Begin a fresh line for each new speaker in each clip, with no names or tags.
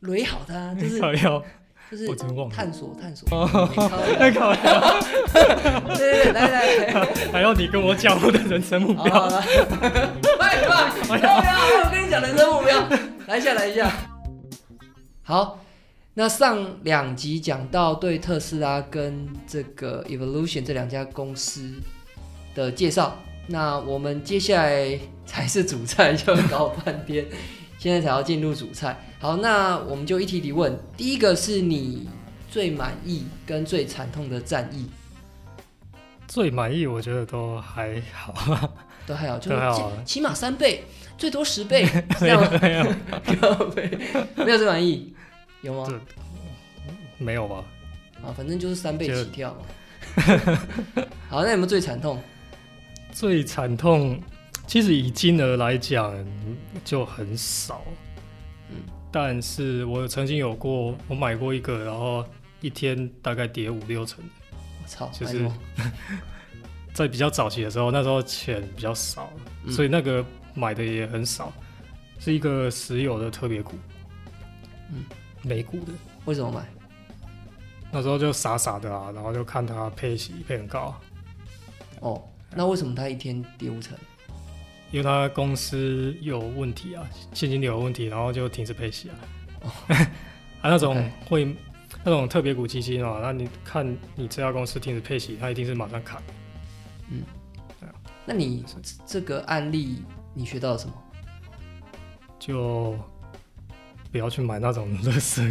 垒好它，就是
靠腰，
就是
我真忘了
探索探索。
那靠腰，
对对对，来来来，
还要你跟我讲我的人生目
好
标
好。好，快吧，快吧，我跟你讲人生目标，来一下来一下。好，那上两集讲到对特斯拉跟这个 Evolution 这两家公司的介绍，那我们接下来才是主菜，就搞半天，现在才要进入主菜。好，那我们就一题提问，第一个是你最满意跟最惨痛的战役。
最满意我觉得都还好，
都还好，就
都还
是
好
起
啊
起码三倍，最多十倍，这
没
样
有
吗？
没有
靠背没有最满意，有吗？
没有吧？
啊，反正就是三倍
就
起跳嘛。 好，那有没有最惨痛？
最惨痛，其实以金额来讲就很少，
嗯
但是我曾经有过，我买过一个，然后一天大概跌五六成，
我操，
就
哎
是
呦
在比较早期的时候，那时候钱比较少，
嗯
所以那个买的也很少，是一个石油的特别股，
嗯，
美股的，
为什么买？
那时候就傻傻的啊，然后就看它配息配很高，啊
哦，那为什么他一天跌五成？
因为他公司有问题啊，现金流有问题，然后就停止配息啊。 啊，那种
OK
会那种特别股基金啊，那你看你这家公司停止配息，它一定是马上砍。
那你这个案例你学到了什么？
就不要去买那种乐色。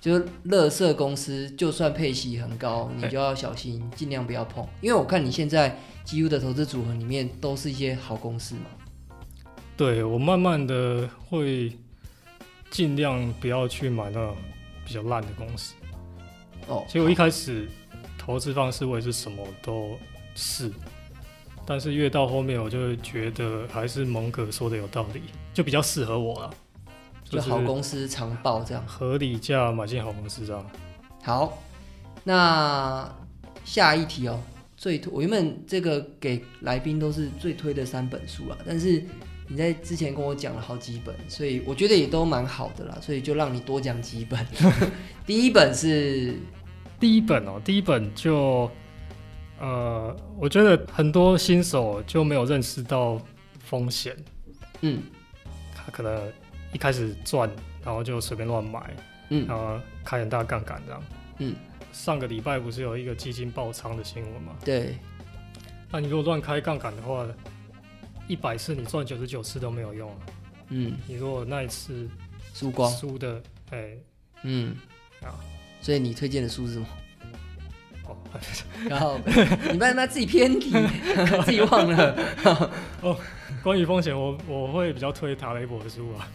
就是乐色公司，就算配息很高，你
对
就要小心，尽量不要碰。因为我看你现在几乎的投资组合里面都是一些好公司嘛。
对我慢慢的会尽量不要去买那种比较烂的公司。
哦，
其实我一开始投资方式我也是什么都试，但是越到后面我就会觉得还是蒙哥说的有道理，就比较适合我了，
就好公司常报这样。
合理价买进好公司这样。
好，那下一题哦，最推我原本这个给来宾都是最推的三本书啦，但是你在之前跟我讲了好几本，所以我觉得也都蛮好的啦，所以就让你多讲几本。第一本是
第一本哦，第一本就呃，我觉得很多新手就没有认识到风险，
嗯
他可能一开始赚，然后就随便乱买，
嗯
然后开很大杠杆这样。
嗯，
上个礼拜不是有一个基金爆仓的新闻吗？
对
那你如果乱开杠杆的话，一百次你赚九十九次都没有用啊。
嗯
你如果那一次
曙光
输的，哎、
嗯
好
所以你推荐的书是什么？
哦，
靠北，你把他妈自己偏题， 自己忘了。
关于风险，我 我会比较推塔雷伯的书啊，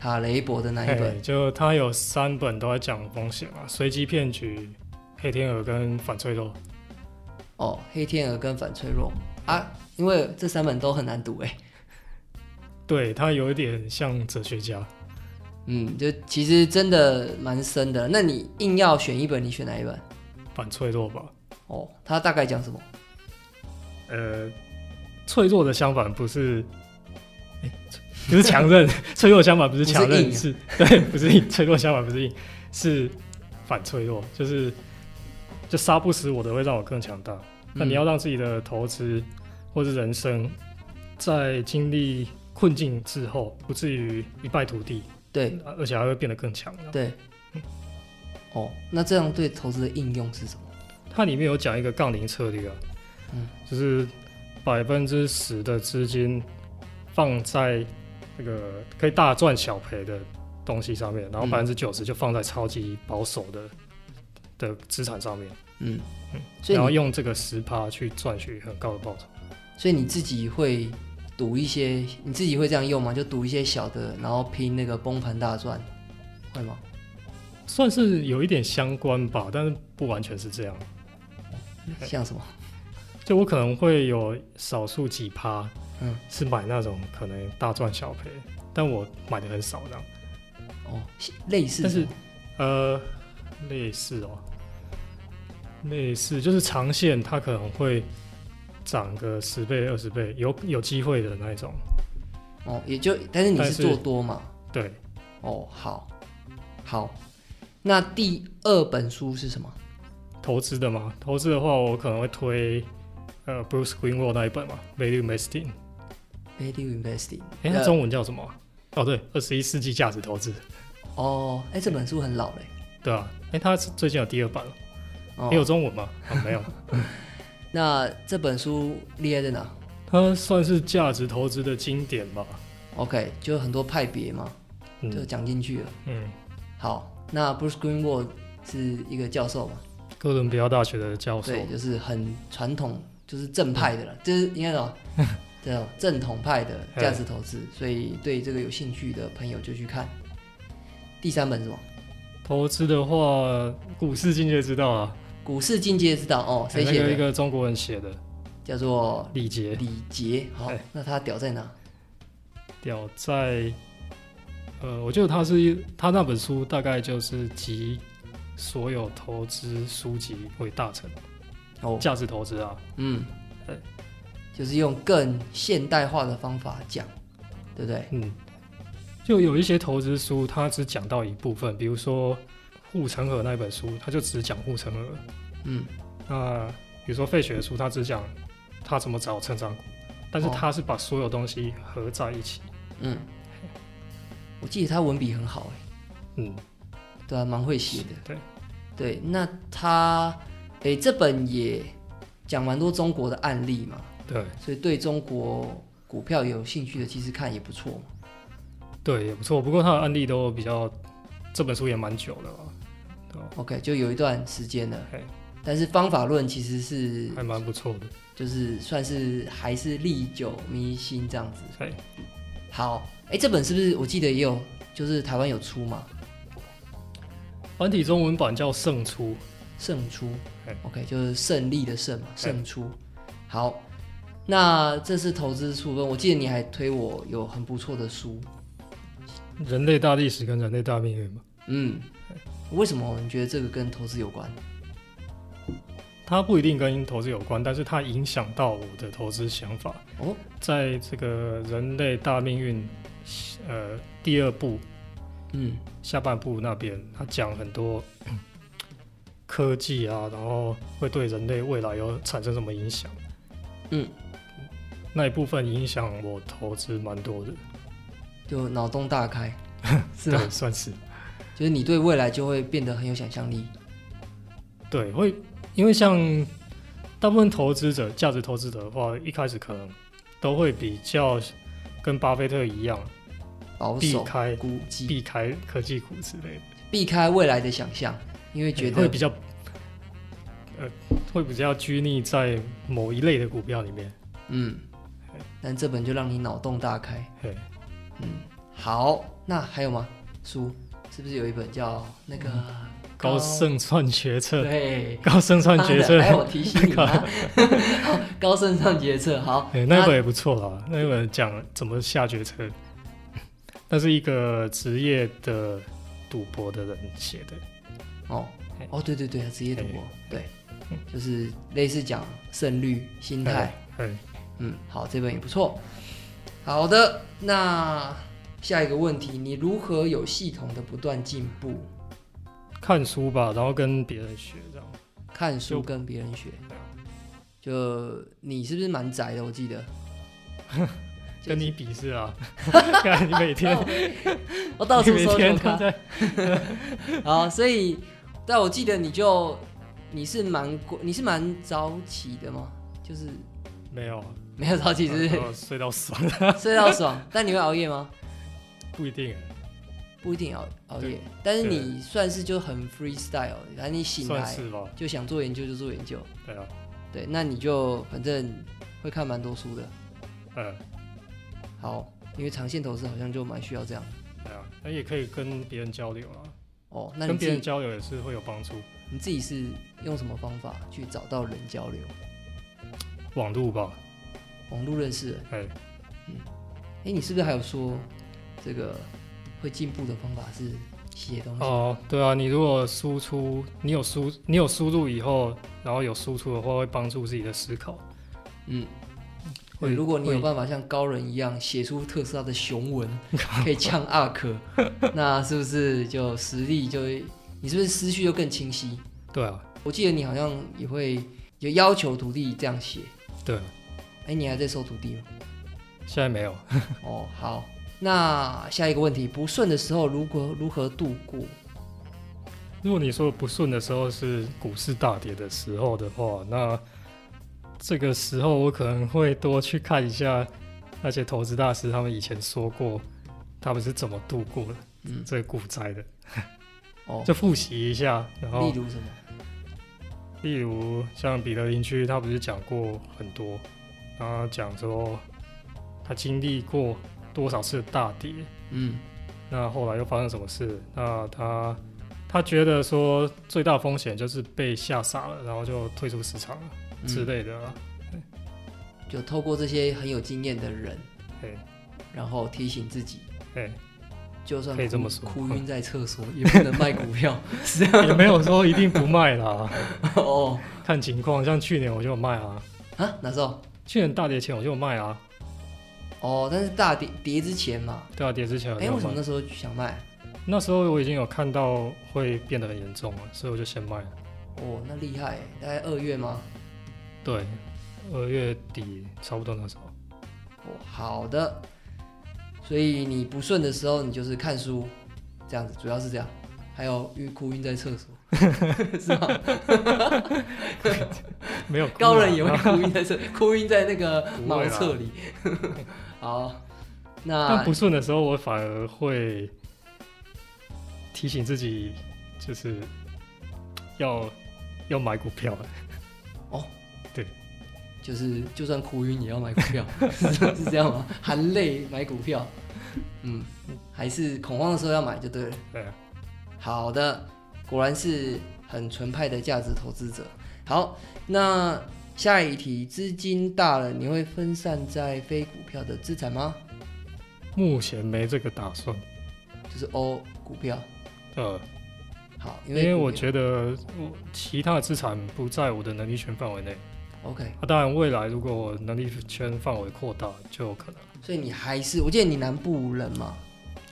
塔雷伯的那一本
哎就他有三本都在讲风险啊，随机骗局、黑天鹅跟反脆弱。
哦，黑天鹅跟反脆弱啊，因为这三本都很难读哎、
对他有一点像哲学家，
嗯，就其实真的蛮深的。那你硬要选一本，你选哪一本？
反脆弱吧？
哦，它大概讲什么？
呃，脆弱的相反不是，哎、不是强韧， 脆弱的相反不是强
不
韧，
是啊
是 对，不是硬，脆弱的相反不是硬，是反脆弱，就是就杀不死我的会让我更强大。那
嗯
你要让自己的投资或是人生，在经历困境之后，不至于一败涂地，
嗯对
啊而且还会变得更强。
对，哦，那这样对投资的应用是什么？
它里面有讲一个杠铃策略啊，
嗯
就是百分之十的资金放在那个可以大赚小赔的东西上面，然后
嗯
百分之九十就放在超级保守的的资产上面，
嗯，所以
然后
你
用这个十趴去赚取很高的报酬。
所以你自己会读一些，你自己会这样用吗？就读一些小的，然后拼那个崩盘大赚，会吗？
算是有一点相关吧，但是不完全是这样。
像什么？
就我可能会有少数几趴，
嗯，
是买那种可能大赚小赔，但我买的很少这样。
哦，类似
但是
什么，
呃，类似哦，类似就是长线它可能会涨个十倍、二十倍，有有机会的那一种。
哦，也就但是你
但
是
是
做多嘛？
对，
哦，好，好，那第二本书是什么？
投资的嘛，投资的话，我可能会推呃 Bruce Greenwald 那一本嘛，《Value Investing》。
Value Investing，
哎，它中文叫什么啊？哦，对，二十一世纪价值投资。
哦，哎、这本书很老嘞、
对啊，哎，它是最近有第二版了，
哦
也，有中文吗？哦，没有，
那这本书厉害在哪
它算是价值投资的经典吧。
？OK，就很多派别嘛，就
嗯
讲进去了。
嗯，
好，那 Bruce Greenwald 是一个教授嘛？
哥伦比亚大学的教授，嗯
对，就是很传统，就是正派的了，就是应该什 么？这种正统派的价值投资，所以对这个有兴趣的朋友就去看。第三本是什么？
投资的话，股市境界知道啊，
股市进阶之道哦，谁
哎那
写
个
的？
一个中国人写的，
叫做
李杰
李杰。好
哎，
那他屌在哪？
屌在，呃，我觉得他是他那本书大概就是集所有投资书籍为大成，
哦，
价值投资啊，
嗯
哎，
就是用更现代化的方法讲，对不对？
嗯，就有一些投资书，它只讲到一部分，比如说护城河那一本书，它就只讲护城河。
嗯，
那比如说费雪的书，它只讲他怎么找成长股，但是
哦
它是把所有东西合在一起。
嗯，我记得他文笔很好哎、
嗯，
对啊，蛮会写的。
对，
对，那他诶、这本也讲蛮多中国的案例嘛，
对
所以对中国股票有兴趣的，其实看也不错嘛。
对，也不错。不过它的案例都比较，这本书也蛮久了啊吧，对吧
OK，就有一段时间了
嘿，
但是方法论其实是
还蛮不错的。
就是算是还是历久弥新这样子。
对，
好，诶，这本是不是我记得也有，就是台湾有出嘛？
繁体中文版叫《胜出》，
胜出
哎
，OK，就是胜利的胜嘛，胜出。好，那这是投资处分，我记得你还推我有很不错的书，
《人类大历史》跟《人类大命运》嘛。
嗯，为什么你觉得这个跟投资有关？
它不一定跟投资有关，但是它影响到我的投资想法。
哦，
在这个人类大命运，呃，第二部
嗯，
下半部那边，他讲很多 科技啊，然后会对人类未来有产生什么影响。
嗯，
那一部分影响我投资蛮多的，
就脑洞大开， 是吗？
对，算是
就是你对未来就会变得很有想象力。
对，会因为像大部分投资者、价值投资者的话，一开始可能都会比较跟巴菲特一样，
保
避
守、
开
估计、
避开科技股之类的。
避开未来的想象，因为觉
会
得
比较，呃，会比较拘泥在某一类的股票里面。
嗯，但这本就让你脑洞大开。
嘿，
嗯，好，那还有吗？书是不是有一本叫那个
高胜算决 策，
对，
高胜算决策，
还哎我提醒你吗？好高胜算决策，好，
哎，那一本也不错啦，那一本讲怎么下决策，那是一个职业的赌博的人写的。
哦
嘿
哦，对对对，职业赌博，对
嗯，
就是类似讲胜率、心态，
嘿，
嗯，好，这本也不错。好的，那下一个问题，你如何有系统的不断进步？
看书吧，然后跟别人学这样。
看书
就
跟别人学
对啊，
就你是不是蛮宅的？我记得。
跟你比试 啊，看你每天，
我哦到处
你每
搜求
天都
他。
在，
好，所以，但我记得你就你是蛮过你是蛮早起的吗？就是
没有啊，
没有早起，就是
然后睡到爽，
睡到爽。但你会熬夜吗？
不一定哎，
不一定熬熬夜
对，
但是
对
你算是就很 freestyle，然后你醒
算
来
是吧，
就想做研究就做研究。
对啊，
对，那你就反正会看蛮多书的。
嗯。
好，因为长线投资好像就蛮需要这样。
对啊，那也可以跟别人交流啊，
哦，那你
跟
自
别人
己
交流也是会有帮助。
你自己是用什么方法去找到人交流？
网路吧，
网络认识人。
哎，
哎，你是不是还有说这个会进步的方法是写东西？
哦，对啊，你如果输出，你有输，你有输入以后，然后有输出的话，会帮助自己的思考。
嗯，对，
会
如果你有
会
办法像高人一样写出特斯拉的雄文，可以呛阿 克，那是不是就实力就会你是不是思绪就更清晰？
对啊，
我记得你好像也会有要求徒弟这样写。
对啊，
哎、你还在收徒 弟吗？
现在没有。
哦，好。那下一个问题，不顺的时候如何如何度过？
如果你说不顺的时候是股市大跌的时候的话，那这个时候我可能会多去看一下那些投资大师他们以前说过他们是怎么度过的
嗯，
这个股灾的，
哦，
就复习一下。然
例
后，
如什么？
例如像彼得林区，他不是讲过很多，然后讲说他经历过多少次的大跌，
嗯
那后来又发生什么事？那他他觉得说最大风险就是被吓傻了，然后就退出市场了
嗯
之类的、啊。
就透过这些很有经验的人，
对
然后提醒自己，
哎、
就算
可以这
哭
么说嗯
哭晕在厕所也不能卖股票， 是这样
也没有说一定不卖啦，
哦
看情况。像去年我就有卖啊，
啊，哪时候？
去年大跌前我就有卖啊，
哦，但是大跌跌之前嘛，
对啊，跌之前我
哎、
就有
为什么
卖。
那时候想卖？
那时候我已经有看到会变得很严重了，所以我就先卖了。
哦，那厉害，大概二月吗？
对，二月底差不多那时候。
哦，好的。所以你不顺的时候，你就是看书，这样子，主要是这样。还有晕哭晕在厕所， 是吧？
没有哭啊
高人也会哭晕在厕，哭晕在那个
不
茅
会啦
厕里。 好，那
但不顺的时候，我反而会提醒自己，就是要要买股票。
就是就算哭晕也要买股票， 是是这样吗？含泪买股票，嗯，还是恐慌的时候要买就对了。
对啊，
好的，果然是很纯派的价值投资者。好，那下一题，资金大了，你会分散在非股票的资产吗？
目前没这个打算。
就是 O 股票。
呃，
好，因
因
为
为
股
我
票
觉得我其他的资产不在我的能力圈范围内。
OK，
啊，当然，未来如果我能力圈范围扩大，就有可能
所以你还是，我记得你南部人嘛，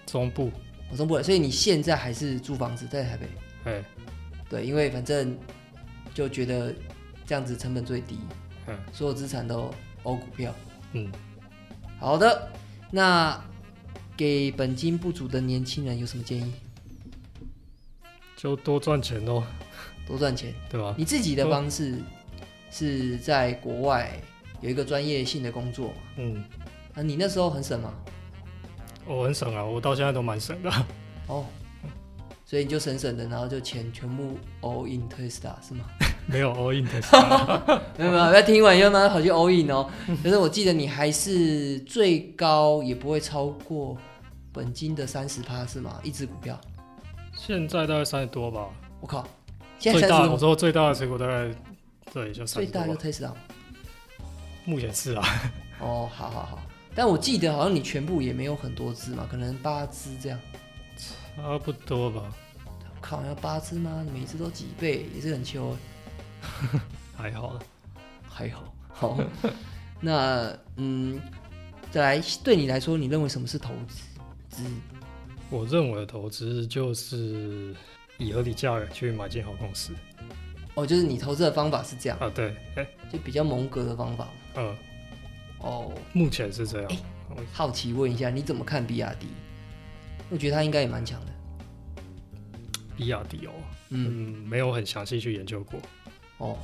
中部。
我中部人，所以你现在还是租房子在台北。
哎、
对，因为反正就觉得这样子成本最低，
嗯
所有资产都欧股票。
嗯，
好的，那给本金不足的年轻人有什么建议？
就多赚钱咯，
多赚钱。
对吧？
你自己的
啊多
方式是在国外有一个专业性的工作嘛？
嗯，
啊，你那时候很省嘛？
我很省啊，我到现在都蛮省的。
哦，所以你就省省的，然后就钱全部 all in Tesla 是吗？
没有 all in 的时
没有没有，不要听完又拿跑去 all in 哦。可是我记得你还是最高也不会超过本金的三十趴是吗？一只股票，
现在大概三十多吧。
我靠，现在
最大，
三
我
十
说最大的持股大概对就三
最
十多
大
啊
就
吧，
Tesla
目前是啊，
哦，好好好。但我记得好像你全部也没有很多只嘛，可能八只这样。
差不多吧，
靠，要八只吗？每只都几倍，也是很秋欸。
还好了。
还好， 好。那嗯，再来，对你来说，你认为什么是投资？
我认为投资就是以合理价格去买进好公司
哦，就是你投资的方法是这样，
啊，对，哎、
就比较蒙格的方法。
呃，
哦，
目前是这样。
好奇问一下，你怎么看比亚迪？我觉得他应该也蛮强的。
比亚迪哦，
嗯，
嗯，没有很详细去研究过，
哦，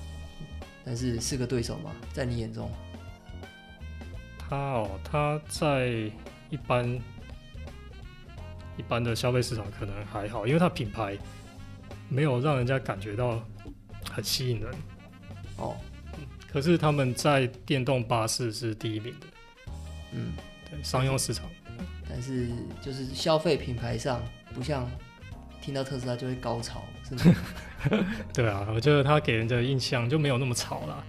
但是是个对手嘛，在你眼中，
它哦，它在一般一般的消费市场可能还好，因为它品牌没有让人家感觉到很吸引人。
哦，
可是他们在电动巴士是第一名的，
嗯，
对商用市场，
但是就是消费品牌上不像听到特斯拉就会高潮，是吗？
对啊，我觉得他给人的印象就没有那么吵啦，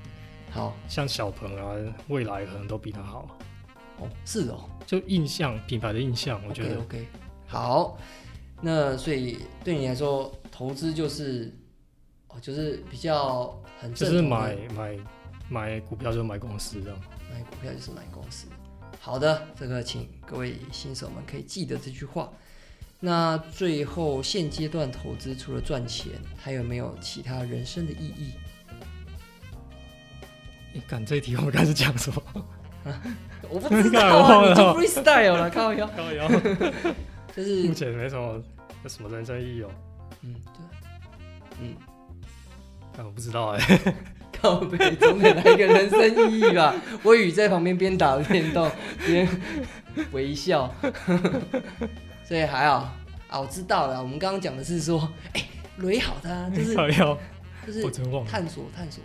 好，
像小鹏啊、未来可能都比他好，
哦，是哦
就印象品牌的印象，我觉
，OK
得
OK，好，那所以对你来说，投资就是哦，就是比较很
就
正
是
统的
买买买股票就买公司这样，
买股票就是买公司。好的，这个请各位新手们可以记得这句话。那最后，现阶段投资除了赚钱，还有没有其他人生的意义？
你看这一题我们开始讲什么？
我不知
干
道、
我 忘
啊，
了
你就 freestyle 了，靠腰。
高 瑶，
就
目
是，
前没什么有什么人生意义哦，
嗯，对，嗯，
但我不知道哎。
靠背总得来一个人生意义吧。我宇在旁边边打边动边微笑， 所以还好啊。我知道了，我们刚刚讲的是说，哎、雷好的、啊，就是
高瑶，
就
我
是
真忘了。
探索探索，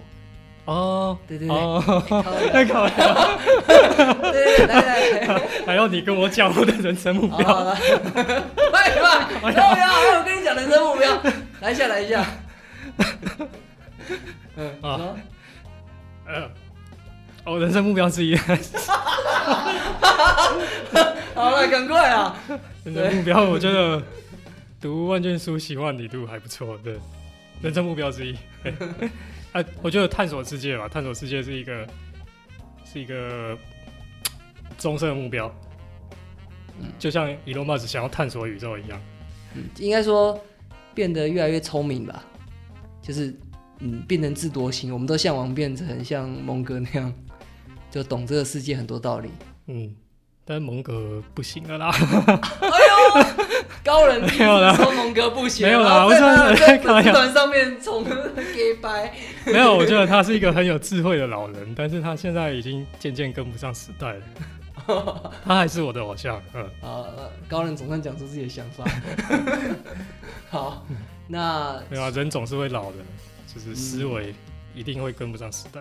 哦，
对对对，
哦，
靠腰
那高瑶，
对对对，来来来。
还要你跟我讲我的人生目
好
标？
了，来吧，要不要？我跟你讲人生目标，来一下，来一 下。嗯，
啊
好，
呃，我人生目标之一，
好了，赶快啊！
人生目标我觉得读万卷书行万里路还不错，对，人生目标之一。 嘿啊，我觉得探索世界嘛，探索世界是一个是一个终身的目标，
嗯
就像 Elon Musk 想要探索宇宙一样。
应该说变得越来越聪明吧，就是嗯，变成智多星，我们都向往变成像蒙哥那样，就懂这个世界很多道理。
嗯，但是蒙格不行了啦，
哎呦，高人
没有啦
说蒙哥不行，啊
没有啦
然后
我
在
真的
他的在
开玩笑
短上面从 给掰。
没有，我觉得他是一个很有智慧的老人，但是他现在已经渐渐跟不上时代了。他还是我的偶像，嗯，
好，呃高人总算讲出自己的想法。 好，那
没有啊，人总是会老的，就是思维一定会跟不上时代。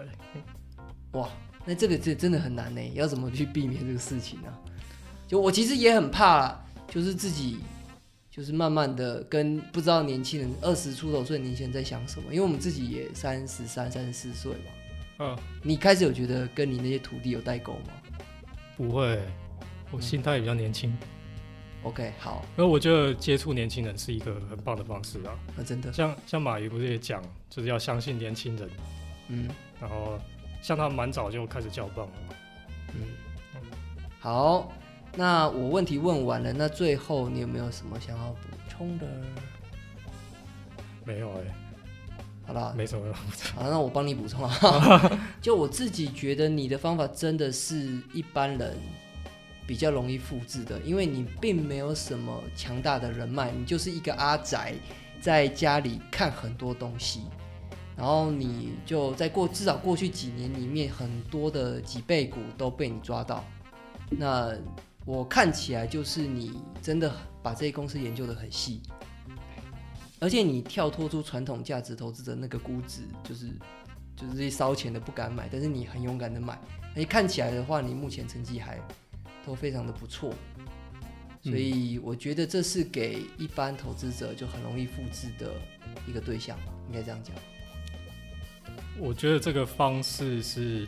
哇，那这个这真的很难呢，要怎么去避免这个事情呢、啊就我其实也很怕啦，就是自己就是慢慢的跟不知道年轻人二十出头岁的年轻人在想什么，因为我们自己也三十三、三十四岁嘛。
嗯，
你开始有觉得跟你那些徒弟有代沟吗
不会，我心态比较年轻，
？OK，好，
因为我觉得接触年轻人是一个很棒的方式啊。
那真的，
像像马云不是也讲，就是要相信年轻人，
嗯
然后像他蛮早就开始交棒了嘛。
嗯，好，那我问题问完了，那最后你有没有什么想要补充的？
没有哎、
好 啦，
没什么。
好，那我帮你补充啊。就我自己觉得你的方法真的是一般人比较容易复制的，因为你并没有什么强大的人脉，你就是一个阿宅，在家里看很多东西，然后你就在过至少过去几年里面，很多的脊背骨都被你抓到。那我看起来就是你真的把这些公司研究的很细，而且你跳脱出传统价值投资者那个估值，就是就是这些烧钱的不敢买，但是你很勇敢的买，而且看起来的话，你目前成绩还都非常的不错，
嗯
所以我觉得这是给一般投资者就很容易复制的一个对象，应该这样讲。
我觉得这个方式是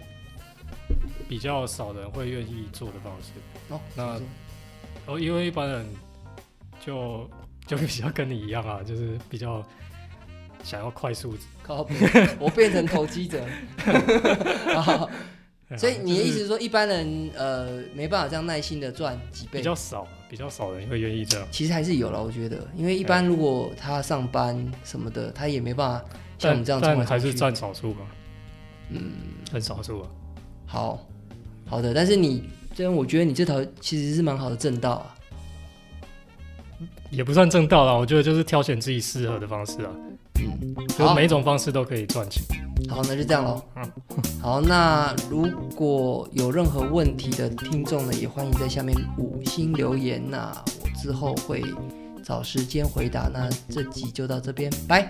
比较少人会愿意做的方式，
哦，
那
怎么
哦，因为一般人就就比较跟你一样啊，就是比较想要快速。
说靠谱，我变成投机者。好所以你的意思
啊就是
说，一般人呃没办法这样耐心的赚几倍
比，较少，比较少人会愿意这样。
其实还是有了，我觉得，因为一般如果他上班什么的，他也没办法像我
但
们这样冲
但
来
还
冲
是
去。
占少数嘛，嗯，很少数啊。
好，好的，但是你，虽然我觉得你这条其实是蛮好的正道啊。
也不算正道啦，我觉得就是挑选自己适合的方式啊，就
好
每一种方式都可以赚钱。
好，那就这样喽
嗯。
好，那如果有任何问题的听众呢，也欢迎在下面五星留言。那我之后会找时间回答。那这集就到这边，拜。